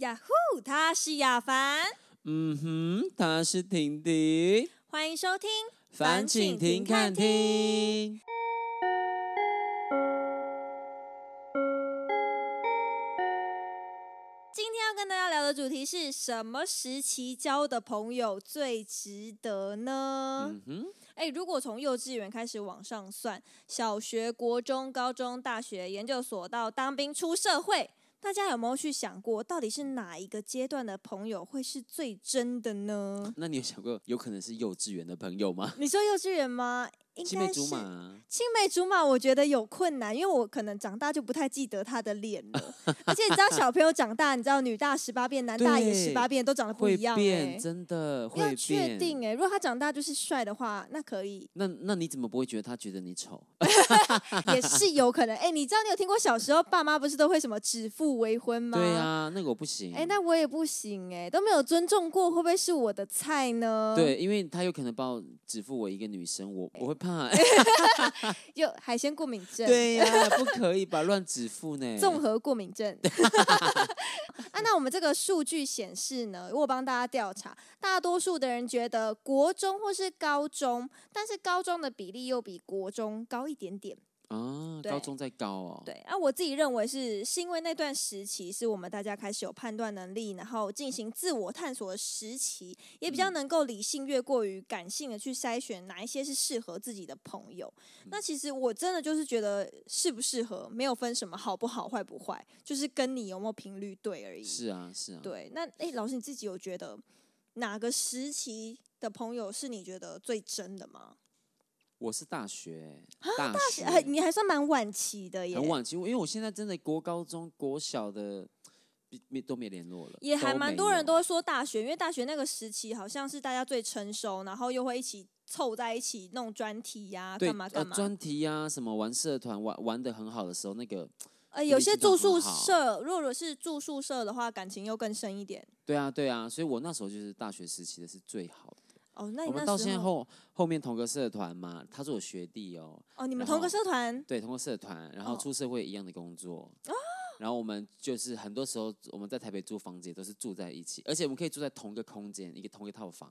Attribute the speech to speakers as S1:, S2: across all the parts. S1: 呀呼！他是亚凡，
S2: 嗯哼，他是婷婷，
S1: 欢迎收听。
S2: 烦请停看听。
S1: 今天要跟大家聊的主题是什么时期交的朋友最值得呢？
S2: 嗯哼，
S1: 诶，如果从幼稚园开始往上算，小学、国中、高中、大学、研究所到当兵、出社会，大家有没有去想过，到底是哪一个阶段的朋友会是最真的呢？
S2: 那你有想过有可能是幼稚园的朋友吗？
S1: 你说幼稚园吗？应
S2: 青梅
S1: 该
S2: 竹
S1: 是
S2: 马啊，
S1: 青梅竹马，我觉得有困难，因为我可能长大就不太记得他的脸 了。而且你知道，小朋友长大，你知道女大十八变，男大也十八变，都长得不
S2: 会
S1: 一样、
S2: 变，
S1: 欸。
S2: 真的会
S1: 要
S2: 变。
S1: 确定哎、如果他长大就是帅的话，那可 以
S2: 那那你怎么不会觉得他觉得你丑？
S1: 也是有可能哎、你知道你有听过小时候爸妈不是都会什么指腹为婚吗？
S2: 对啊，那个我不行。
S1: 哎、那我也不行哎、都没有尊重过，会不会是我的菜呢？，
S2: 对，因为他有可能把我只付我一个女生，我
S1: 哎
S2: 我会 怕。
S1: 有海鲜过敏症。
S2: 对呀、不可以吧？乱指付 呢？
S1: 综合过敏症。啊，那我们这个数据显示呢，我帮大家调查，大多数的人觉得国中或是高中，但是高中的比例又比国中高一点点。
S2: 啊，
S1: 对
S2: 高中再高哦。
S1: 对，啊，我自己认为是是因为那段时期是我们大家开始有判断能力，然后进行自我探索的时期，也
S2: 嗯
S1: 比较能够理性越过于感性的去筛选哪一些是适合自己的朋友。
S2: 嗯
S1: 那其实我真的就是觉得适不适合没有分什么好不好坏不坏，就是跟你有没有频率对而已。
S2: 是啊，是啊。
S1: 对，那诶，老师你自己有觉得哪个时期的朋友是你觉得最真的吗？
S2: 我是大学，大学
S1: 哎，你还算蛮晚期的耶，
S2: 很晚，其实因为我现在真的国高中、国小的比没都没联络了，
S1: 也还
S2: 都
S1: 蛮
S2: 没
S1: 多人
S2: 有
S1: 都会说大学，因为大学那个时期好像是大家最成熟，然后又会一起凑在一起弄专题呀、
S2: 对
S1: 干嘛干
S2: 呃
S1: 嘛。
S2: 专题啊，什么玩社团玩玩的很好的时候，那个
S1: 呃，有些住宿
S2: 一定是这
S1: 舍，如果是住宿舍的话，感情又更深一点。
S2: 对啊对啊，所以我那时候就是大学时期的是最好的。
S1: 哦，那你
S2: 我们
S1: 那
S2: 到
S1: 时
S2: 现在
S1: 候
S2: 后后面同个社团嘛，他是我学弟哦，
S1: 哦，你们
S2: 然
S1: 同个
S2: 后
S1: 社团，
S2: 对，同个社团，然后
S1: 哦
S2: 出社会一样的工作。然后我们就是很多时候我们在台北租房子也都是住在一起，而且我们可以住在同一个空间，一个同一套房，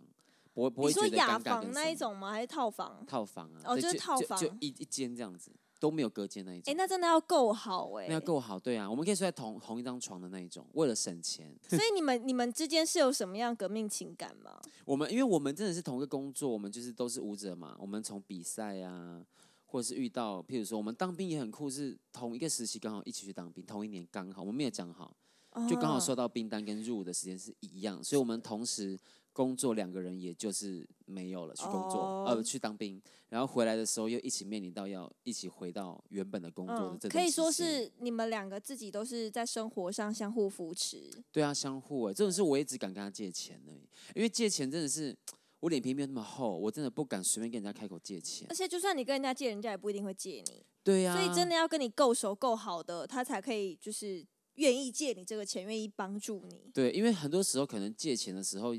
S2: 不会不
S1: 你
S2: 会
S1: 说
S2: 觉得
S1: 雅
S2: 尴尬
S1: 房
S2: 跟
S1: 那
S2: 什
S1: 一
S2: 么
S1: 种吗？还是套 房？
S2: 套房啊，
S1: 哦
S2: 对
S1: 就是套
S2: 就
S1: 房
S2: 一一间这样子，都没有隔间那一
S1: 哎、
S2: 种。
S1: 那真的要够好哎、
S2: 那要够好，对啊，我们可以睡在同同一张床的那一种，为了省钱。
S1: 所以你们你们之间是有什么样革命情感吗？
S2: 我们因为我们真的是同一个工作，我们就是都是舞者嘛，我们从比赛啊，或者是遇到，譬如说我们当兵也很酷，是同一个时期刚好一起去当兵，同一年刚好，我们没有讲好，就刚好
S1: 哦
S2: 收到兵单跟入伍的时间是一样，所以我们同时工作两个人，也就是没有了去工作，
S1: 哦
S2: 呃，去当兵，然后回来的时候又一起面临到要一起回到原本的工作的
S1: 嗯
S2: 这、，
S1: 可以说是你们两个自己都是在生活上相互扶持。
S2: 对啊，相互哎、欸，这种事我也只敢跟他借钱而已，因为借钱真的是我脸皮没有那么厚，我真的不敢随便跟人家开口借钱
S1: 而。且就算你跟人家借，人家也不一定会借你，
S2: 对啊呀、
S1: 呃所以真的要跟你够熟够好的，他才可以就是愿意借你这个钱，愿意帮助你。
S2: 对，因为很多时候可能借钱的时候，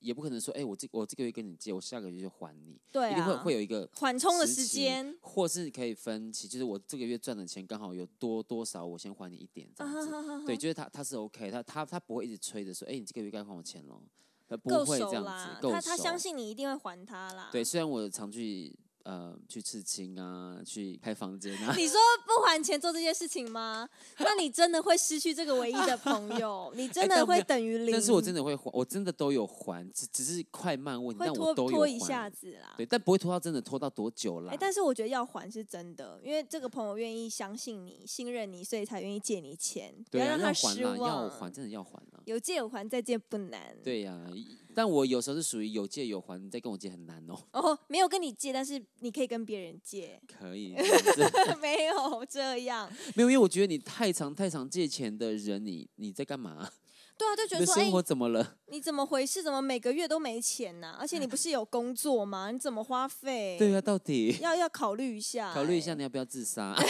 S2: 也不可能说，哎、我这我这个月跟你借，我下个月就还你，
S1: 对
S2: 一定会
S1: 啊，
S2: 会有一个
S1: 缓冲的
S2: 时
S1: 时
S2: 期
S1: 间。
S2: 或是可以分期，就是我这个月赚的钱刚好有多多少，我先还你一点这
S1: 啊
S2: 样
S1: 哈
S2: 子。
S1: 哈哈哈
S2: 对，，就是他他是 OK，他他他不会一直催着说，哎、你这个月该还我钱喽，他不
S1: 够
S2: 会
S1: 熟
S2: 这样
S1: 啦
S2: 子，，够
S1: 他他
S2: 熟
S1: 相信啊你一定会还他啦。
S2: 对，，虽然我常去呃去刺青啊，去开房间 啊，
S1: 你说不还钱做这件事情吗？那你真的会失去这个唯一的朋 友，你真
S2: 哎但
S1: 的
S2: 没
S1: 会
S2: 有
S1: 等于零。
S2: 但是我真的会还，我真的都有还，只只是快慢问题，
S1: 会
S2: 但
S1: 拖
S2: 我都有
S1: 拖
S2: 还。
S1: 一下子啦。
S2: 对，但不会拖到真的拖到多久啦？
S1: 哎、但是我觉得要还是真的，因为这个朋友愿意相信你、信任你，所以才愿意借你钱，不
S2: 对啊，
S1: 让他
S2: 要还
S1: 失
S2: 啦，
S1: 望。
S2: 要还，真的要还啦。
S1: 有借有还，再见不难。，
S2: 对呀、但我有时候是属于有借有还，你再跟我借很难哦。，
S1: 哦，没有跟你借，但是你可以跟别人借
S2: 可以，这样子
S1: 没有这样。
S2: 没有，因为我觉得你太常太常借钱的人，你你在 干嘛？
S1: 对啊，就觉
S2: 你
S1: 得
S2: 的
S1: 说，哎、
S2: 生活怎么了？
S1: 你怎么回事？怎么每个月都没钱呢、而且你不是有工作吗？你怎么花费？
S2: 对啊，到底
S1: 要要考虑一下、
S2: 考虑一下
S1: 哎。
S2: 你要不要 自杀？哎，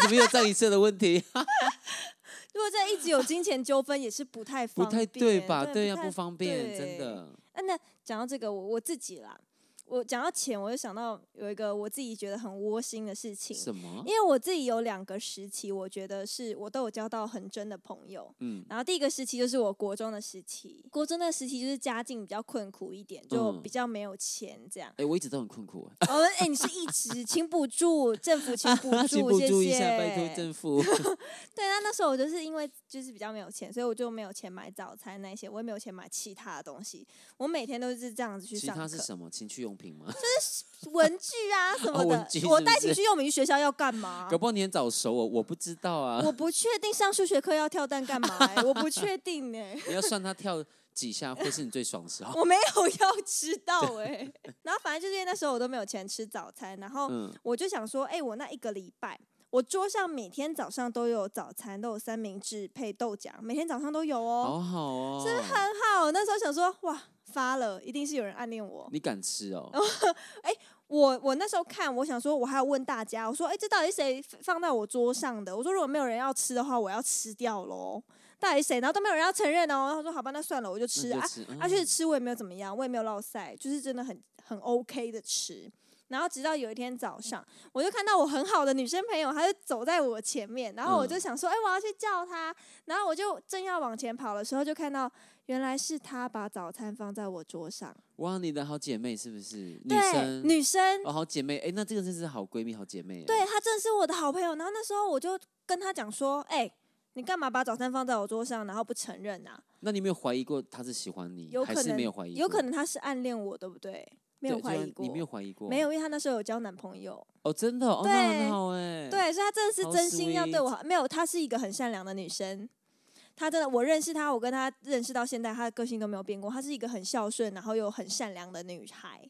S2: 怎么又再一次的问题？
S1: 如果这一直有金钱纠纷，也是不太
S2: 不
S1: 方便，啊
S2: 太对吧？对呀、啊
S1: 呀、
S2: 不方便，真
S1: 对
S2: 的。
S1: 啊，那讲到这个，我我自己啦，我讲到钱，我就想到有一个我自己觉得很窝心的事情，
S2: 什么
S1: 因？为我自己有两个时期，我觉得是我都有交到很真的朋友。
S2: 嗯，
S1: 然后第一个时期就是我国中的时期，国中的时期就是家境比较困苦一点，就
S2: 嗯
S1: 比较没有钱这样。
S2: 哎、我一直都很困苦、
S1: 哦，哎、你是一直请补助，政府请 补
S2: 哎，
S1: 助，
S2: 请补助一
S1: 谢
S2: 下，
S1: 谢。
S2: 拜托 政府。
S1: 对，那那时候我就是因为就是比较没有钱，所以我就没有钱买早餐那些，我也没有钱买其他的东西。我每天都是这样子去
S2: 其
S1: 上
S2: 他
S1: 课，
S2: 是什么？情趣用品吗？
S1: 文具 啊什么
S2: 文
S1: 的。
S2: 具
S1: 我
S2: 是不
S1: 带
S2: 是
S1: 情趣用品去学校要干嘛？
S2: 搞不好你很早熟哦，我不知道啊。
S1: 我不确定上数学课要跳蛋干嘛、欸，我不确定哎、
S2: 你要算他跳几下会是你最爽的时候。
S1: 我没有要知道哎、 然后反正就是因为那时候我都没有钱吃早餐，然后
S2: 嗯，
S1: 我就想说，哎、我那一个礼拜，我桌上每天早上都有早餐，都有三明治配豆浆，每天早上都有哦。
S2: 好好哦，
S1: 真很好，我那时候想说，哇，发了，一定是有人暗恋我。
S2: 你敢吃哦？
S1: 我我那时候看，我想说，我还要问大家，我说，哎、这到底是谁放到我桌上的？我说，如果没有人要吃的话，我要吃掉喽。到底谁？然后都没有人要承认哦。他说，好吧，那算了，我就
S2: 那
S1: 吃
S2: 你就
S1: 啊。
S2: 吃，
S1: 而且
S2: 嗯
S1: 吃我也没有怎么样，我也没有落腮，就是真的很很 OK 的吃。然后直到有一天早上，我就看到我很好的女生朋友，她就走在我前面，然后我就
S2: 嗯
S1: 想说，哎、我要去叫她。然后我就正要往前跑的时候，就看到原来是她把早餐放在我桌上。
S2: 哇，你的好姐妹是不是？女
S1: 对，
S2: 生，
S1: 女生，
S2: 哦，好姐妹，哎，那这个真是好闺蜜、好姐妹。哦
S1: 对，啊她真的是我的好朋友。然后那时候我就跟她讲说，哎、你干嘛把早餐放在我桌上，然后不承认啊？
S2: 那你有没有怀疑过她是喜欢你
S1: 有，
S2: 还
S1: 可
S2: 是没
S1: 能
S2: 有怀疑过？
S1: 有可能她是暗恋我，对不对？没
S2: 对
S1: 有
S2: 就
S1: 怀
S2: 算
S1: 疑过，
S2: 你没有怀疑过，
S1: 没有，因为她那时候有交男朋友。
S2: 哦，真的哦，哦那
S1: 对
S2: 很好哎。，
S1: 对，所以她真的是
S2: 好
S1: 真心要对
S2: sweet
S1: 我好。没有，她是一个很善良的女生。她真的，我认识她，我跟她认识到现在，她的个性都没有变过。她是一个很孝顺，然后又很善良的女孩。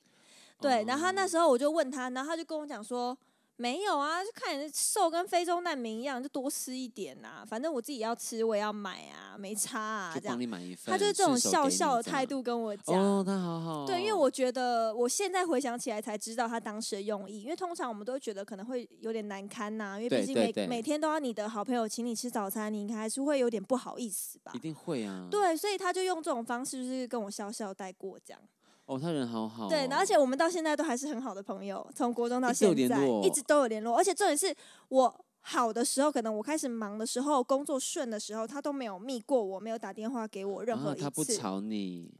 S1: 对，然后她
S2: 哦
S1: 那时候我就问她，然后她就跟我讲说。没有啊，就看人家瘦跟非洲难民一样，就多吃一点啊。反正我自己要吃，我也要买啊，没差啊，
S2: 就
S1: 这样
S2: 帮。你买一份，
S1: 她就是这种
S2: 顺手
S1: 笑
S2: 给你
S1: 笑的
S2: 这
S1: 态
S2: 样。
S1: 度跟我讲。
S2: 哦，她好好哦。
S1: 对，因为我觉得我现在回想起来才知道他当时的用意，因为通常我们都会觉得可能会有点难堪呐、因为
S2: 对
S1: 毕竟
S2: 对
S1: 每
S2: 对
S1: 每天都要你的好朋友请你吃早餐，你应该还是会有点不好意思吧
S2: 一？定会啊。，
S1: 对，所以他就用这种方式，就是跟我笑笑带过这样。
S2: 哦，她人好好哦。
S1: 对，然后而且我们到现在都还是很好的朋友，从国中到
S2: 一直有
S1: 现
S2: 联
S1: 在
S2: 络
S1: 一直都有联络，而且重点是我。好的时候，可能我开始忙的时候，工作顺的时候，他都没有密过我，没有打电话给我任
S2: 啊
S1: 何一次。
S2: 她不吵你，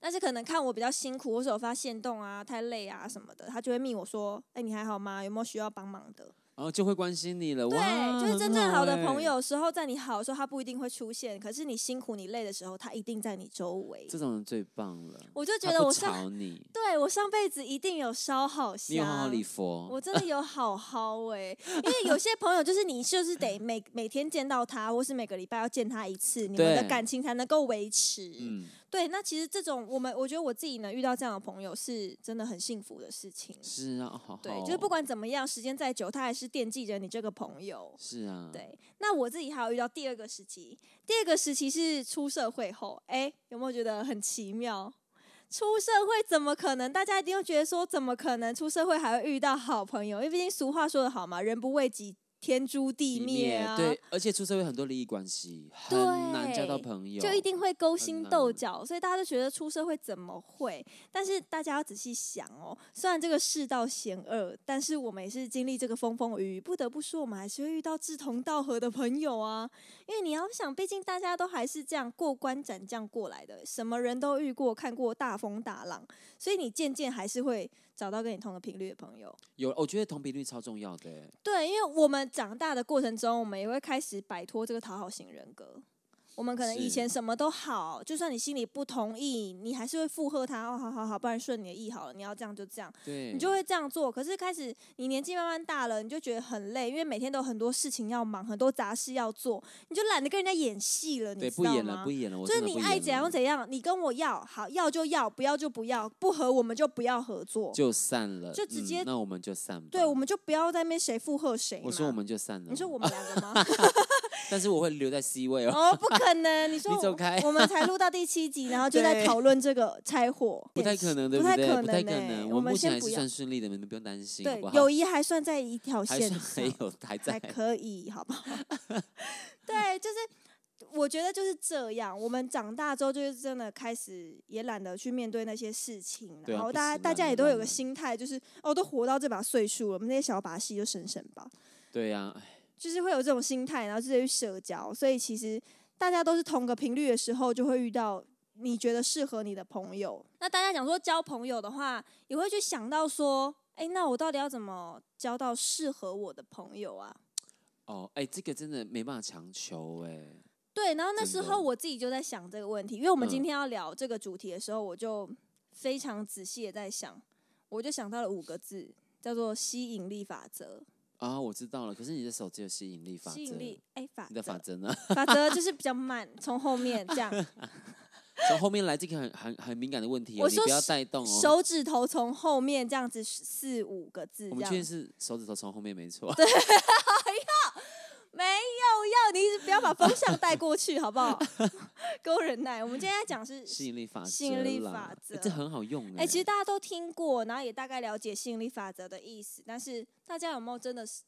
S1: 但是可能看我比较辛苦，或是我发现动啊、太累啊什么的，他就会密我说：“哎、你还好吗？有没有需要帮忙的
S2: 然后哦就会关心你了。？”哇
S1: 对，就是真正
S2: 很
S1: 好的
S2: 哎
S1: 朋友，时候在你好的时候，他不一定会出现，可是你辛苦、你累的时候，他一定在你周围
S2: 这。种人最棒了。
S1: 我就觉
S2: 他
S1: 得
S2: 不
S1: 我上
S2: 吵你，
S1: 对我上辈子一定有烧好香，
S2: 你有好好礼佛
S1: 我。真的有好好哎、因为有些朋友就是你就是得每每天见到他，或是每个礼拜要见他一次，你们的
S2: 对
S1: 感情才能够维持。
S2: 嗯，
S1: 对，那其实这种我们，我觉得我自己能遇到这样的朋友是真的很幸福的事情。
S2: 是啊，好好。
S1: 对，就是不管怎么样，时间再久，他还是惦记着你这个朋友。
S2: 是啊，，
S1: 对，那我自己还有遇到第二个时期，第二个时期是出社会后，哎，有没有觉得很奇妙？出社会怎么可能？大家一定会觉得说，怎么可能出社会还会遇到好朋友？因为毕竟俗话说得好嘛，人不为己，天诛地灭啊。
S2: 对，而且出社会很多利益关系，很难交到
S1: 对
S2: 朋友，
S1: 就一定会勾
S2: 很
S1: 心
S2: 难
S1: 斗角，所以大家都觉得出社会怎么会？但是大家要仔细想哦，虽然这个世道险恶，但是我们也是经历这个风风雨雨，不得不说，我们还是会遇到志同道合的朋友啊。因为你要想，毕竟大家都还是这样过关斩将过来的，什么人都遇过，看过大风大浪，所以你渐渐还是会找到跟你同个频率的朋友。
S2: 有，我觉得同频率超重要的欸。
S1: 对，因为我们长大的过程中，我们也会开始摆脱这个讨好型人格。我们可能以
S2: 是
S1: 前什么都好，就算你心里不同意，你还是会附和他。哦，好好好，不然顺你的意好了，你要这样就这样，
S2: 对，
S1: 你就会这样做。可是开始你年纪慢慢大了，你就觉得很累，因为每天都有很多事情要忙，很多杂事要做，你就懒得跟人家演戏了，你
S2: 对
S1: 知
S2: 不
S1: 道
S2: 演了，
S1: 吗
S2: 不？演了，我
S1: 就是
S2: 真的
S1: 你
S2: 不
S1: 爱
S2: 演
S1: 怎样
S2: 了
S1: 怎样，你跟我要好，要就要，不要就不要，不合我们就不要合作，
S2: 就散了，
S1: 就直
S2: 嗯
S1: 接
S2: 那我们就散吧。
S1: 对，我们就不要在那边谁附和谁嘛。
S2: 我说我们就散了。
S1: 你说我们两个吗？
S2: 但是我会留在 C 位哦，
S1: 哦，不可能！你说
S2: 你走
S1: 我
S2: 开
S1: 我们才录到第七集，然后就在
S2: 对
S1: 讨论这个拆伙，
S2: 不太可能，对
S1: 不
S2: 不
S1: 太
S2: 对？
S1: 可
S2: 不太
S1: 能
S2: 可
S1: 欸
S2: 能，
S1: 我
S2: 我
S1: 们
S2: 目前
S1: 先
S2: 还
S1: 不
S2: 是
S1: 要
S2: 算顺利的，你们不用担心，好
S1: 对
S2: 不，好？
S1: 友谊还算在一条
S2: 还
S1: 线
S2: 算
S1: 上
S2: 还，有还
S1: 还
S2: 在，
S1: 可以，好不好？对，就是。我觉得就是这样。我们长大之后，就是真的开始也懒得去面对那些事情，
S2: 对啊
S1: 然后
S2: 不
S1: 大家、
S2: 行啦
S1: 大家也都有
S2: 没办
S1: 个
S2: 法
S1: 心态，就是哦，都活到这把岁数了，我们那些小把戏就省省吧。
S2: 对呀、哎
S1: 就是会有这种心态，然后就去社交。所以其实大家都是同个频率的时候，就会遇到你觉得适合你的朋友。那大家讲说交朋友的话，也会去想到说，哎、那我到底要怎么交到适合我的朋友啊？
S2: 哦，哎、这个真的没办法强求哎、
S1: 对，然后那
S2: 真
S1: 时
S2: 的
S1: 候我自己就在想这个问题，因为我们
S2: 嗯
S1: 今天要聊这个主题的时候，我就非常仔细的在想，我就想到了五个字，叫做吸引力法则。
S2: 啊、我知道了，可是你的手机有吸引力法则，
S1: 吸引力，哎、法
S2: 你的法
S1: 则，
S2: 则呢？
S1: 法则就是比较慢，从后面这样。
S2: 从后面来这个很很很敏感的问题、哦，
S1: 我
S2: 你
S1: 说
S2: 不要
S1: 手
S2: 带动哦。
S1: 手指头从后面这样子四五个字这
S2: 我们确实
S1: 样，
S2: 是手指头从后面没错，
S1: 没有要你一直不要把风向带过去好不好？ 给我忍耐。我们今天要讲是，
S2: 吸引力法则啦，
S1: 吸引力法
S2: 哎
S1: 则
S2: 这很好用哎、
S1: 哎、其实大家都听过，然后也大概了解吸引力法则的意思，但是大家有没有真的是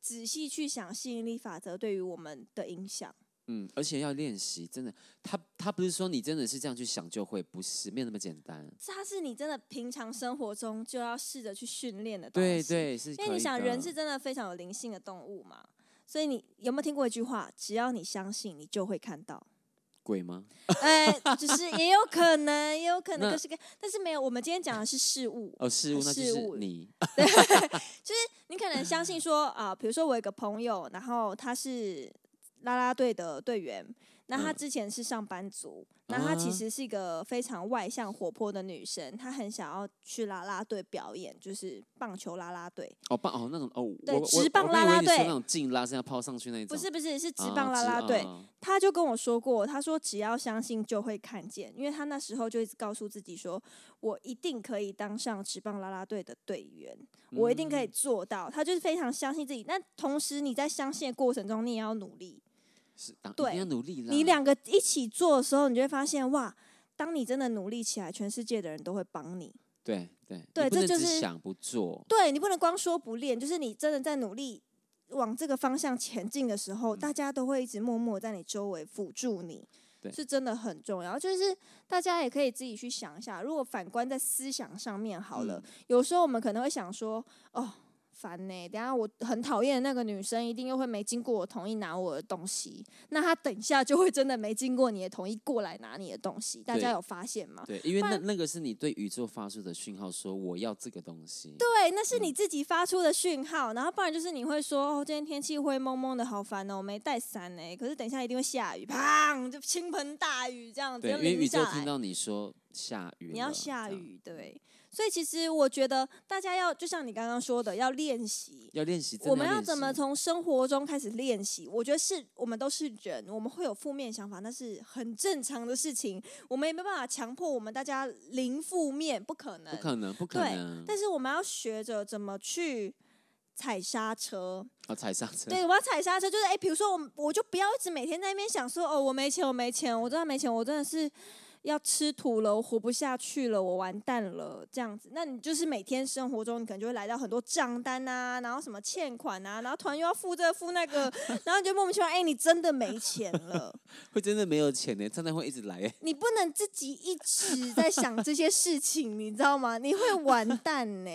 S1: 仔细去想吸引力法则对于我们的影响？
S2: 嗯，而且要练习，真的，他他不是说你真的是这样去想就会，不是，没有那么简单。
S1: 是它是你真的平常生活中就要试着去训练的东
S2: 对
S1: 西。
S2: 对，是可
S1: 因为你
S2: 以
S1: 想，
S2: 的
S1: 人是真的非常有灵性的动物嘛，所以你有没有听过一句话？只要你相信，你就会看到。
S2: 鬼吗？
S1: 哎，就是也有可能，也有可能
S2: 那
S1: 各式各，但是没有。我们今天讲的是事物，
S2: 哦，事物那就
S1: 啊事
S2: 是
S1: 物
S2: 你，
S1: 你可能相信说啊，比如说我有一个朋友，然后他是啦啦队的队员，那他
S2: 嗯
S1: 之前是上班族，那她其
S2: 啊
S1: 实是一个非常外向活泼的女生，她很想要去啦啦队表演，就是棒球啦啦队。
S2: 哦棒哦那种哦，
S1: 对
S2: 我我
S1: 直棒
S2: 我刚以
S1: 啦
S2: 为
S1: 啦
S2: 你说
S1: 队
S2: 那种劲拉是要抛上去那种，
S1: 不是不是，是职
S2: 啊
S1: 棒啦啦队，
S2: 哦
S1: 他就跟我说过，他说只要相信就会看见，因为他那时候就一直告诉自己说，我一定可以当上职棒啦啦队的队员，我一定可以做到。他就是非常相信自己，但同时你在相信的过程中，你也要努力。
S2: 是啊当哦一
S1: 对
S2: 定要努力啦。
S1: 你两个一起做的时候，你就会发现哇，当你真的努力起来，全世界的人都会帮你。
S2: 对对你
S1: 对
S2: 不
S1: 这
S2: 能
S1: 就
S2: 只
S1: 是
S2: 想不做，
S1: 对你不能光说不练，就是你真的在努力往这个方向前进的时候，
S2: 嗯
S1: 大家都会一直默默在你周围辅助你
S2: 对，
S1: 是真的很重要。就是大家也可以自己去想一下，如果反观在思想上面好
S2: 嗯
S1: 了，有时候我们可能会想说，哦。烦呢、等一下我很讨厌的那个女生，一定又会没经过我同意拿我的东西，那她等一下就会真的没经过你的同意过来拿你的东西，大家
S2: 对
S1: 有发现吗？
S2: 对，因为
S1: 不
S2: 那
S1: 然
S2: 那个是你对宇宙发出的讯号，说我要这个东西。
S1: 对，那
S2: 嗯
S1: 是你自己发出的讯号，然后不然就是你会说，哦，今天天气灰蒙蒙的，好烦哦，我没带伞呢。可是等一下一定会下雨，砰，就倾盆大雨这样子，
S2: 对，
S1: 就
S2: 因为
S1: 淋
S2: 宇宙
S1: 下
S2: 听
S1: 来。
S2: 到你说下雨了，
S1: 你要下
S2: 这样，嗯
S1: 雨，对。所以其实我觉得大家要，就像你刚刚说的，要练习。
S2: 要练习。真
S1: 我
S2: 的
S1: 们要
S2: 练
S1: 怎么
S2: 习
S1: 从生活中开始练习？我觉得是我们都是人，我们会有负面想法，那是很正常的事情。我们也没办法强迫我们大家零负面，不可能，
S2: 不可能，不可
S1: 对
S2: 能。
S1: 但是我们要学着怎么去踩刹车。
S2: 啊，踩刹车。
S1: 对，我们要踩刹车，就是哎，诶比如说我，我就不要一直每天在那边想说，哦，我没钱，我没钱，我真的没钱，我真的是要吃土了，我活不下去了，我完蛋了，这样子。那你就是每天生活中，你可能就会来到很多账单啊，然后什么欠款啊，然后突然又要付这付那个，然后你就莫名其妙，哎，你真的没钱了。
S2: 会真的没有钱呢，账单会一直来耶。
S1: 你不能自己一直在想这些事情，你知道吗？你会完蛋呢、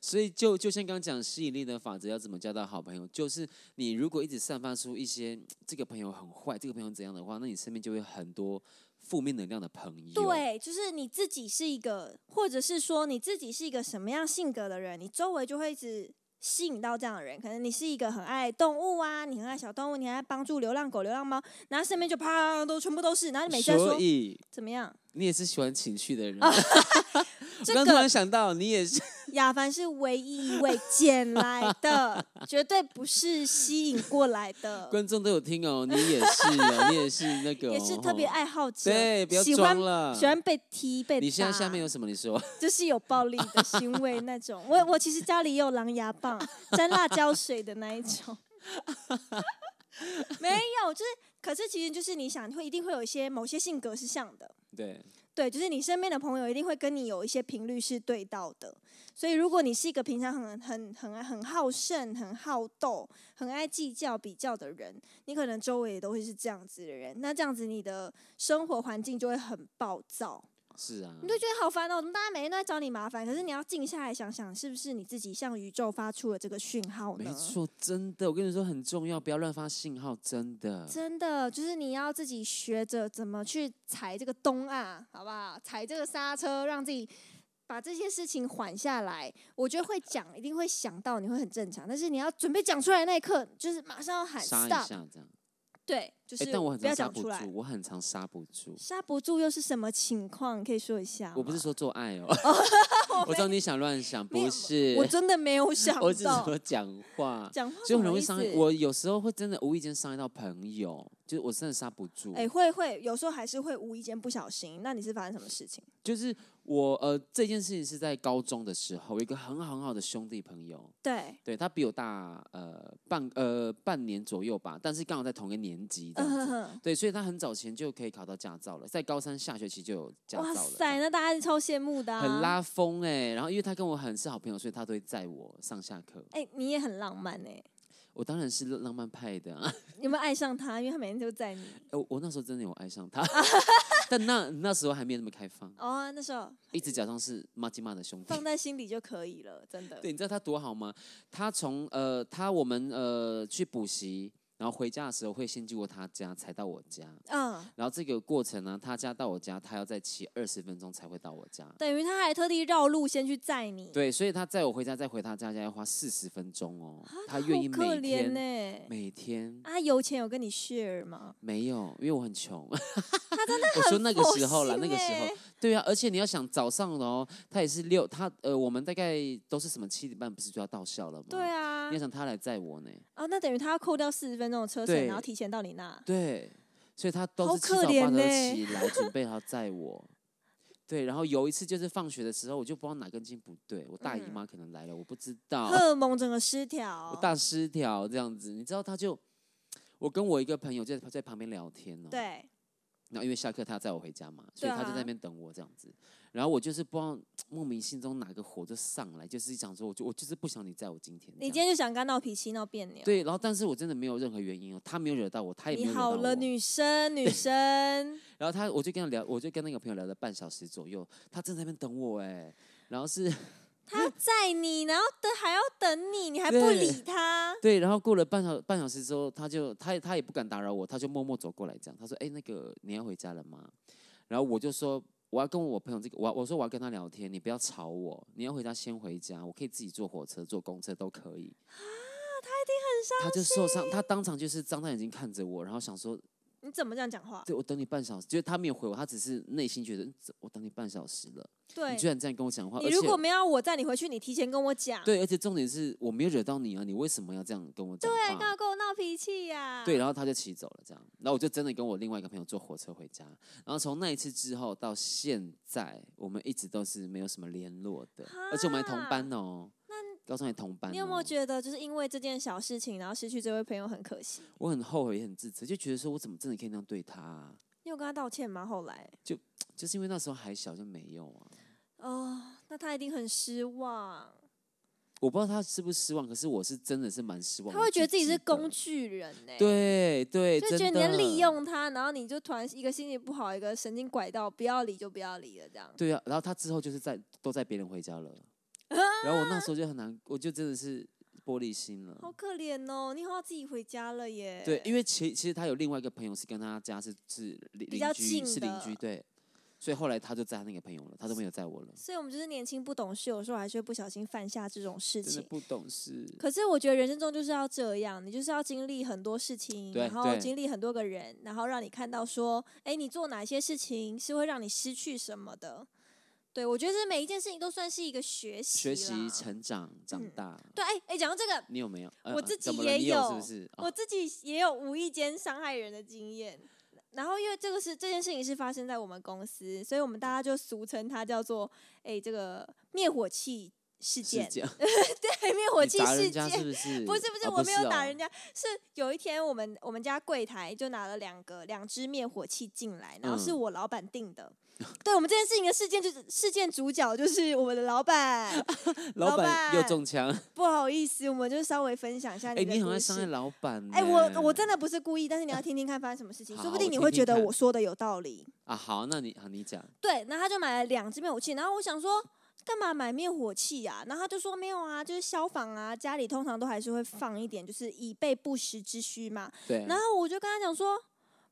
S2: 所以就就像刚刚讲吸引力的法则，要怎么交到好朋友，就是你如果一直散发出一些嗯这个朋友很坏，这个朋友怎样的话，那你身边就会很多负面能量的朋友。，
S1: 对，就是你自己是一个，或者是说你自己是一个什么样性格的人，你周围就会一直吸引到这样的人。可能你是一个很爱动物啊，你很爱小动物，你还爱帮助流浪狗、流浪猫，然后身边就啪都全部都是，然后你每次在
S2: 所
S1: 说
S2: 以
S1: 怎么样？
S2: 你也是喜欢情绪的人。
S1: 这
S2: 我刚突
S1: 个
S2: 然想到，你也是
S1: 亚凡是唯一一位捡来的， 绝对不是吸引过来 的，
S2: 观众都有听哦，你也是哦，你也是那个、哦，
S1: 也是特别
S2: 吼
S1: 爱好者，
S2: 对，不要
S1: 喜
S2: 装
S1: 欢
S2: 了。
S1: 喜欢啊被踢被打。
S2: 你现在下面有什么？你说
S1: 就是有暴力的行为那种。我我其实家里也有狼牙棒、沾辣椒水的那一种。没有，就是，可是其实就是你想，会一定会有一些某些性格是像的，
S2: 对，
S1: 对，就是你身边的朋友一定会跟你有一些频率是对到的，所以如果你是一个平常很很很很好胜、很好斗、很爱计较比较的人，你可能周围也都会是这样子的人。那这样子，你的生活环境就会很暴躁，
S2: 是啊
S1: 你，就觉得好烦哦，怎么大家每天都在找你麻烦？可是你要静下来想想，是不是你自己向宇宙发出了这个讯号呢？
S2: 没错，真的，我跟你说很重要，不要乱发信号，真的。
S1: 真的就是你要自己学着怎么去踩这个东啊，好不好？踩这个刹车，让自己把这些事情缓下来。我觉得会讲，一定会想到，你会很正常。但是你要准备讲出来的那一刻，就是马上要喊
S2: 刹一
S1: stop，
S2: 下这样，
S1: 对，就
S2: 哎、
S1: 是
S2: 但我很
S1: 不要讲
S2: 常刹不
S1: 出来
S2: 住，。我很常刹不住。
S1: 刹不住又是什么情况？你可以说一下吗。
S2: 我不是说做爱哦，
S1: 啊 我
S2: 我
S1: 没
S2: 知道你想乱想，
S1: 没有
S2: 不是，
S1: 我真的没有想
S2: 我只是
S1: 到
S2: 说讲话，
S1: 讲话
S2: 就
S1: 什
S2: 很
S1: 么
S2: 容易
S1: 意
S2: 伤
S1: 思。
S2: 我有时候会真的无意间伤害到朋友，就是我真的刹不住。
S1: 哎、会会，有时候还是会无意间不小心。那你是发生什么事情？
S2: 就是我呃，这件事情是在高中的时候，我一个很好很好的兄弟朋友，
S1: 对，
S2: 对他比我大呃半呃半年左右吧，但是刚好在同一个年级这
S1: 嗯
S2: 样
S1: 哼
S2: 子。
S1: 哼。
S2: 对，所以他很早前就可以考到驾照了，在高三下学期就有驾照
S1: 哇
S2: 了。
S1: 塞，那大家是超羡慕的、啊，
S2: 很拉风哎、然后因为他跟我很是好朋友，所以他都会载我上下课。
S1: 哎、你也很浪漫哎、
S2: 我当然是浪漫派的、啊， 呃
S1: 有没有爱上他？因为他每天都在你。
S2: 我我那时候真的有爱上他， 但那那时候还没有那么开放，
S1: 哦，那时候
S2: 一直假装是妈吉妈的兄弟
S1: 放。在心里就可以了，真的。
S2: 对，你知道他多好吗？他从呃，他我们呃去补习，然后回家的时候会先经过他家，才到我家。
S1: 嗯，
S2: 然后这个过程呢，他家到我家，他要再骑二十分钟才会到我家。
S1: 等于他还特地绕路先去载你。
S2: 对，所以他载我回家，再回他家家要花四十分钟哦。他愿意
S1: 啊好可
S2: 每
S1: 怜
S2: 天、
S1: 呢、
S2: 每天
S1: 啊，油钱有跟你 share 吗？
S2: 没有，因为我很穷。他真的 我说那个时候了，那个时候
S1: 佛心欸，
S2: 对啊，而且你要想早上的哦，他也是六，他呃，我们大概都是什么七点半不是就要到校了吗？
S1: 对啊
S2: 你要，想他来载我呢，
S1: 哦，那等于他要扣掉四十分钟的车程，
S2: 对
S1: 然后提前到你那。
S2: 对，所以他都
S1: 好
S2: 是七
S1: 可
S2: 早八
S1: 怜
S2: 早
S1: 欸
S2: 起来准备好载我。对，然后有一次就是放学的时候，我就不知道哪根筋不对，我大姨
S1: 嗯
S2: 妈可能来了，我不知道。
S1: 荷尔蒙整个失
S2: 我
S1: 调。
S2: 大失调这样子，你知道他就，我跟我一个朋友就在在旁边聊天哦，，
S1: 对，
S2: 然后因为下课他要载我回家嘛，所以
S1: 对
S2: 他就
S1: 啊
S2: 在那边等我这样子，然后我就是不知道莫名心中哪个火就上来，就是想说我就我就是不想你载我今天这样，
S1: 你今天就想跟他闹脾气、闹别扭。
S2: 对，然后但是我真的没有任何原因哦，他没有惹到我，他也没
S1: 你
S2: 有惹到
S1: 好了，
S2: 我，
S1: 女生，女生。
S2: 然后他我就跟他聊，我就跟那个朋友聊了半小时左右，他正在那边等我哎，然后是
S1: 他载你，然后等还要等你，你还不
S2: 对。
S1: 理他
S2: 对，然后过了半小半小时之后，他就他也他也不敢打扰我，他就默默走过来这样，他说：“哎、那个你要回家了吗？”然后我就说：“我要跟我朋友这个，我要我说我要跟他聊天，你不要吵我，你要回家先回家，我可以自己坐火车、坐公车都可以。”啊，他一定很伤他就受伤，他当场就是张大眼睛看着我，然后想说
S1: 你怎么这样讲话：“？
S2: 对我等你半小时。”就是他没有回我，他只是内心觉得嗯这我等你半小时了，
S1: 对
S2: 你，居然这样跟我讲话，
S1: 你
S2: 而
S1: 如果
S2: 且
S1: 没有要我载你回去，你提前跟我讲。
S2: 对，而且重点是我没有惹到你啊，你为什么要这样跟我讲
S1: 对，
S2: 话？
S1: 干嘛跟我闹脾气呀、
S2: 对，，然后他就骑走了，这样。然后我就真的跟我另外一个朋友坐火车回家。然后从那一次之后到现在，我们一直都是没有什么联络的，而且我们还同班哦。高中还同班、哦。
S1: 你有没有觉得就是因为这件小事情，然后失去这位朋友很可惜？
S2: 我很后悔，也很自责，就觉得说我怎么真的可以那样对他啊、
S1: 你有跟他道歉吗？后来
S2: 就是因为那时候还小，就没有啊。
S1: 哦，那他一定很失望，
S2: 我不知道他是不是失望，可是我是真的是蛮失望的。
S1: 他会觉得自己是
S2: 的
S1: 工。具人呢、。
S2: 对对，
S1: 就觉得
S2: 真
S1: 你在
S2: 的
S1: 利。用他，然后你就突然一个心情不好，一个神经拐到，不要理就不要理了，这样。
S2: 对啊，然后他之后就是在都在别人回家 了，
S1: 啊
S2: 然后我那时候就很难，我就真的是玻璃心了。
S1: 好可怜哦，你好像自己回家了耶。
S2: 对，因为其其实他有另外一个朋友是跟他家是是邻
S1: 比较
S2: 邻居，
S1: 近
S2: 是邻居
S1: 的
S2: 对，所以后来他就载他那个朋友了，他都没有载我了，
S1: 所以我们就是年轻不懂事，有时候还是会不小心犯下这种事
S2: 真的
S1: 情。
S2: 不懂事。
S1: 可是我觉得人生中就是要这样，你就是要经历很多事情，
S2: 对
S1: 然后
S2: 对
S1: 经历很多个人，然后让你看到说，哎，你做哪些事情是会让你失去什么的。对，我觉得这每一件事情都算是一个学习
S2: 学
S1: 啦，
S2: 习、成长、长
S1: 嗯
S2: 大，
S1: 对，哎哎，讲到这个，
S2: 你有没有？呃
S1: 我
S2: 呃
S1: 自
S2: 怎
S1: 己
S2: 么了
S1: 也
S2: 你
S1: 有
S2: 是不是？
S1: 我
S2: 哦
S1: 自己也有无意间伤害人的经验。然后因为这个是这件事情是发生在我们公司，所以我们大家就俗称它叫做“哎、这个灭火器事
S2: 是
S1: 件，
S2: 这样，
S1: 对灭火
S2: 你
S1: 器
S2: 打
S1: 事
S2: 人家
S1: 件。
S2: 是不是？
S1: 不是不是，
S2: 啊
S1: 我没有打人
S2: 哦
S1: 家，是有一天我们我们家柜台就拿了两个两只灭火器进来，然后是
S2: 嗯
S1: 我老板定的。 对我们这件事情的事件就是事件主角就是我们的老 板，老
S2: 老板又
S1: 板
S2: 中枪，
S1: 不好意思，我们就稍微分享一下
S2: 哎、
S1: 你的
S2: 你很
S1: 故
S2: 爱伤害
S1: 事。
S2: 老板呢、
S1: 哎、我我真的不是故意，但是你要听听看发生什么事情，
S2: 好
S1: 说不
S2: 好
S1: 定
S2: 我
S1: 你
S2: 听
S1: 会
S2: 听
S1: 觉得
S2: 看
S1: 我说的有道理。
S2: 啊，好，那你好，你讲，
S1: 对，那他就买了两支灭火器，然后我想说。干嘛买灭火器呀、然后他就说没有啊，就是消防啊，家里通常都还是会放一点，就是以备不时之需嘛。
S2: 对，
S1: 然后我就跟他讲说，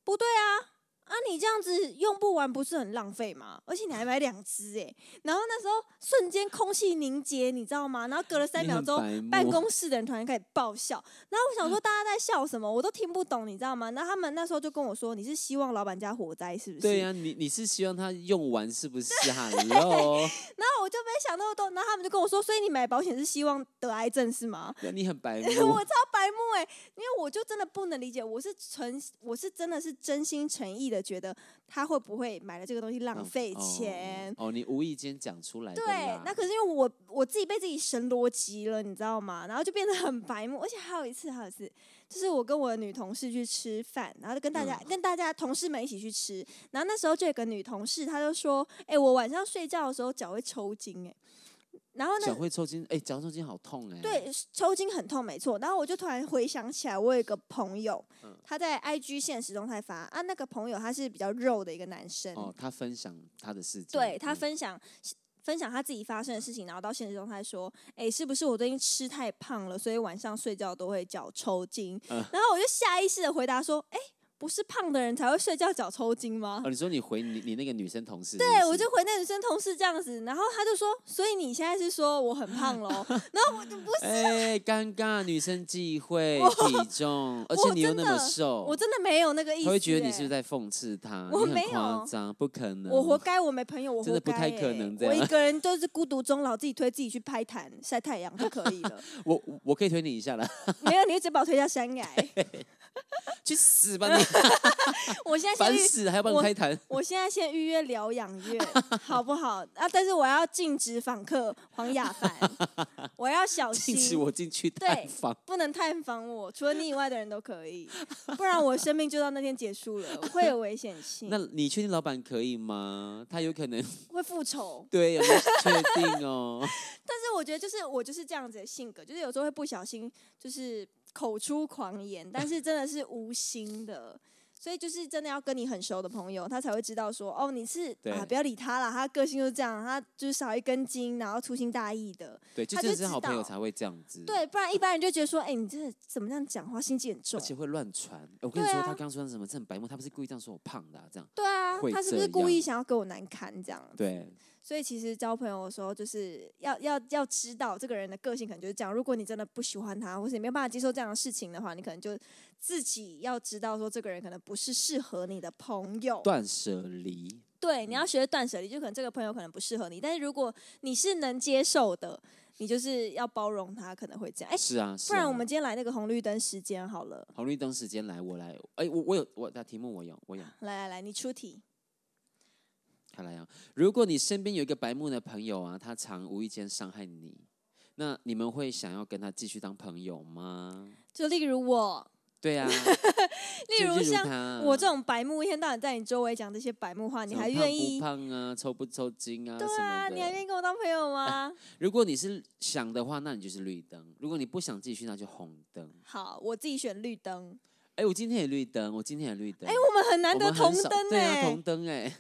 S1: 不对啊，啊你这样子用不完不是很浪费吗？而且你还买两只哎，然后那时候瞬间空气凝结，你知道吗？然后隔了三
S2: 你
S1: 秒
S2: 很
S1: 钟，
S2: 白
S1: 办
S2: 目嗯
S1: 公室的人突然开始爆笑，然后我想说大家在笑什么，我都听不懂，你知道吗？那他们那时候就跟我说，你是希望老板家火灾是不是？
S2: 对呀、啊你你是希望他用完 是不是？Hello，
S1: 然后我就没想那么多，然后他们就跟我说，所以你买保险是希望得癌症是吗？
S2: 那你很 白目
S1: 我，超白目哎、因为我就真的不能理解，我是诚，我是真的是真心诚意的觉得他会不会买了这个东西浪
S2: 嗯
S1: 费
S2: 哦
S1: 钱。
S2: 哦你无意间讲出来的
S1: 对
S2: 啦，
S1: 那可是因为我我自己被自己神逻辑了，你知道吗？然后就变得很白目，而且还有一次，还有一次，就是我跟我的女同事去吃饭，然后就跟大家、
S2: 嗯
S1: 跟大家同事们一起去吃，然后那时候就有个女同事，她就说：“哎、我晚上睡觉的时候脚会抽筋、欸，然后呢，
S2: 脚会抽筋，哎、脚抽筋好痛哎、
S1: 对，抽筋很痛，没错。然后我就突然回想起来，我有一个朋友，
S2: 嗯
S1: 他在 IG 现实中态发啊，那个朋友他是比较肉的一个男生，
S2: 哦，他分享他的事情，
S1: 对他
S2: 嗯
S1: 分享。分享他自己发生的事情，然后到现实中态说：“哎、是不是我最近吃太胖了，所以晚上睡觉都会脚抽筋？”
S2: 嗯
S1: 然后我就下意识的回答说：“哎、不是胖的人才会睡觉脚抽筋吗？”
S2: 哦，你说你回你你那个女生同事是不是，
S1: 对，我就回那女生同事这样子，然后他就说：“所以你现在是说我很胖 喽？”然后我就不是。
S2: 哎、尴尬，女生忌讳体重，而
S1: 我
S2: 且你又
S1: 真
S2: 那么
S1: 的
S2: 瘦，
S1: 我真的没有那个意思、欸，
S2: 他会觉得你是不是在讽刺他？
S1: 我
S2: 你
S1: 没
S2: 很夸
S1: 有
S2: 张，不可能，
S1: 我活该，我没朋友，我活
S2: 真的不太
S1: 该
S2: 可
S1: 欸
S2: 能这
S1: 我一
S2: 样
S1: 个人都是孤独终老，自己推自己去拍坛晒太阳就可以了。
S2: 我我我可以推你一下啦，
S1: 没有，你就直接把我推下山崖。欸
S2: 去死 吧你！
S1: 我现在
S2: 烦
S1: 先预，
S2: 死了，还要帮你
S1: 我
S2: 开坛。
S1: 我现在先预约疗养院，好不好？啊，但是我要禁止访客黄雅凡，我要小
S2: 禁止
S1: 心。
S2: 我进去
S1: 对
S2: 探访。
S1: 不能探访我，除了你以外的人都可以，不然我生命就到那天结束了，会有危险性
S2: 那，你确定老板可以吗？他有可能
S1: 会复仇。
S2: 对，有没有确定哦？
S1: 但是我觉得就是我就是这样子的性格，就是有时候会不小心就是口出狂言，但是真的是无心的。所以就是真的要跟你很熟的朋友，他才会知道说，哦，你是
S2: 对
S1: 啊，不要理他啦，他个性就是这样，他就是少一根筋，然后粗心大意的，
S2: 对，就
S1: 他
S2: 真
S1: 就
S2: 的
S1: 知
S2: 是好朋友
S1: 道
S2: 才会这样子，，
S1: 对，不然一般人就觉得说，哎、你这怎么这样讲话，心机很重
S2: 而，且会乱传。哎我跟你
S1: 对
S2: 说，
S1: 啊
S2: 他刚刚说什么？这很白目，他不是故意这样说我胖的啊，这样。
S1: 对啊
S2: 会，
S1: 他是不
S2: 这
S1: 是故意
S2: 样
S1: 想要给我难堪这样？
S2: 对，
S1: 所以其实交朋友的时候，就是要要要知道这个人的个性可能就是这样。如果你真的不喜欢他，或是你没有办法接受这样的事情的话，你可能就自己要知道说这个人可能不是适合你的朋友。
S2: 断舍离，
S1: 对，
S2: 嗯
S1: 你要学断舍离，就可能这个朋友可能不适合你。但是如果你是能接受的，你就是要包容他可能会这样。哎、
S2: 是啊，是
S1: 不然
S2: 啊
S1: 我们今天来那个红绿灯时间好了。
S2: 红绿灯时间来，我来，哎，我我有我的题目我有我有，
S1: 来来来，你出题。
S2: 看来啊，如果你身边有一个白目的朋友啊，他常无意间伤害你，那你们会想要跟他继续当朋友吗？
S1: 就例如我，
S2: 对啊，
S1: 例
S2: 就
S1: 如像
S2: 他嗯
S1: 我这种白目，一天到晚在你周围讲这些白目话，你
S2: 什么
S1: 还
S2: 胖
S1: 愿意
S2: 不？胖啊，抽不抽筋啊？
S1: 对
S2: 什
S1: 啊，
S2: 么
S1: 你还愿
S2: 的。
S1: 意跟我当朋友吗？
S2: 如果你是想的话，那你就是绿灯；如果你不想继续，那就红灯。
S1: 好，我自己选绿灯。
S2: 哎、我今天也绿灯，我今天也绿灯。
S1: 哎、我们很难
S2: 我
S1: 得
S2: 们很
S1: 同
S2: 少
S1: 灯
S2: 对
S1: 哎、
S2: 啊，同灯哎、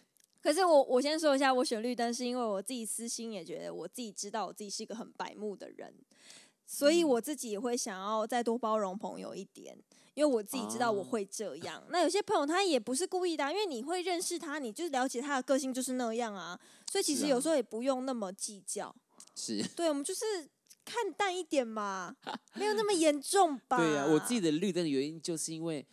S1: 可是我我先说一下，我选绿灯是因为我自己私心也觉得我自己知道我自己是一个很白目的人，
S2: 嗯
S1: 所以我自己也会想要再多包容朋友一点，因为我自己知道我
S2: 哦
S1: 会这样。那有些朋友他也不是故意的啊、因为你会认识他，你就了解他的个性就是那样啊，所以其
S2: 是
S1: 实
S2: 啊
S1: 有时候也不用那么计较。
S2: 是。
S1: 对，我们就是。看淡一点 嘛，没有那么严重吧？
S2: 对啊，我自己
S1: 得
S2: 的绿灯的原因就是因为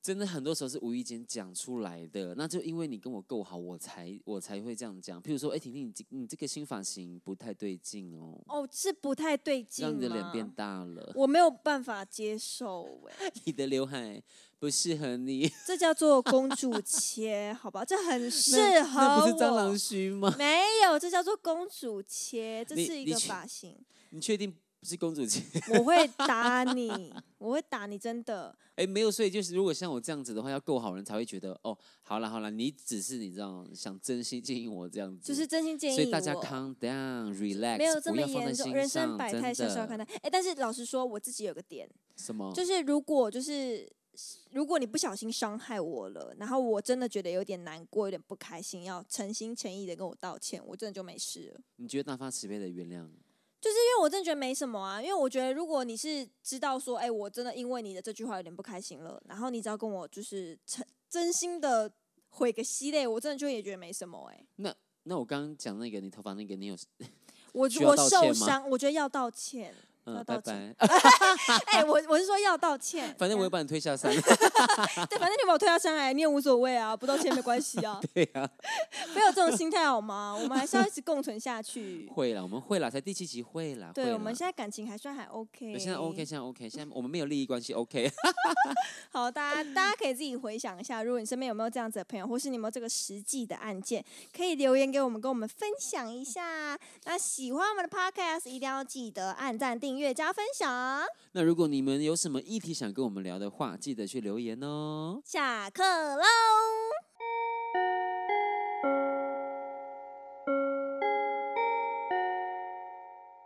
S2: 真的很多时候是无意间讲出来的。那就因为你跟我够好，我才我才会这样讲。譬如说，哎、婷婷，你这你这个新发型不太对劲哦，
S1: 哦，是不太对劲
S2: 让你的脸
S1: 吗
S2: 变大了，
S1: 我没有办法接受哎、
S2: 你的刘海不适合你，
S1: 这叫做公主切，好吧？这很适
S2: 那
S1: 合
S2: 那不是蟑
S1: 我
S2: 螂须吗？
S1: 没有，这叫做公主切，这
S2: 你
S1: 是一
S2: 你
S1: 个
S2: 去
S1: 发型。
S2: 你确定不是公主切？
S1: 我会打你，我会打你，真的。
S2: 哎、没有，所以就是如果像我这样子的话，要够好人才会觉得哦，好啦好啦，你只是你知道想真心建议我这样子，
S1: 就是真心建议
S2: 嗯所以大家
S1: 我
S2: calm down relax，
S1: 没有这
S2: 不
S1: 么
S2: 要放在
S1: 严
S2: 心
S1: 重，
S2: 上，
S1: 人生百态
S2: 真
S1: 笑
S2: 的哦
S1: 笑看待。哎，但是老实说，我自己有个点，
S2: 什么？
S1: 就是如果就是如果你不小心伤害我了，然后我真的觉得有点难过，有点不开心，要诚心诚意的跟我道歉，我真的就没事了。
S2: 你觉得大发慈悲的原谅？
S1: 因为我真的觉得没什么啊，因为我觉得如果你是知道说，哎、我真的因为你的这句话有点不开心了，然后你只要跟我就是诚真心的悔个息嘞，我真的就也觉得没什么哎、
S2: 那我刚刚讲那个你头发那个，你有
S1: 我
S2: 需要
S1: 我
S2: 道
S1: 受
S2: 歉吗
S1: 伤，我觉得要道歉。要
S2: 嗯，
S1: 道
S2: 拜
S1: 歉
S2: 拜，
S1: 哎、我我是说要道歉。
S2: 反正
S1: 这
S2: 我也
S1: 样
S2: 把你推下山，
S1: 对，反正你把我推下山来，你也无所谓啊，不道歉没关系啊，
S2: 对啊，
S1: 不要有这种心态好吗？我们还是要一直共存下去。
S2: 会啦，我们会啦，才第七集会啦，会
S1: 对，我们
S2: 啦
S1: 现在感情还算还 OK。
S2: 对现在 OK，现在 OK，现在我们没有利益关系 OK，
S1: 好，大家大家可以自己回想一下，如果你身边有没有这样子的朋友，或是你有没有这个实际的案件，可以留言给我们，跟我们分享一下。那喜欢我们的 Podcast，一定要记得按赞、订阅、加分享。
S2: 那如果你们有什么议题想跟我们聊的话，记得去留言哦。
S1: 下课喽。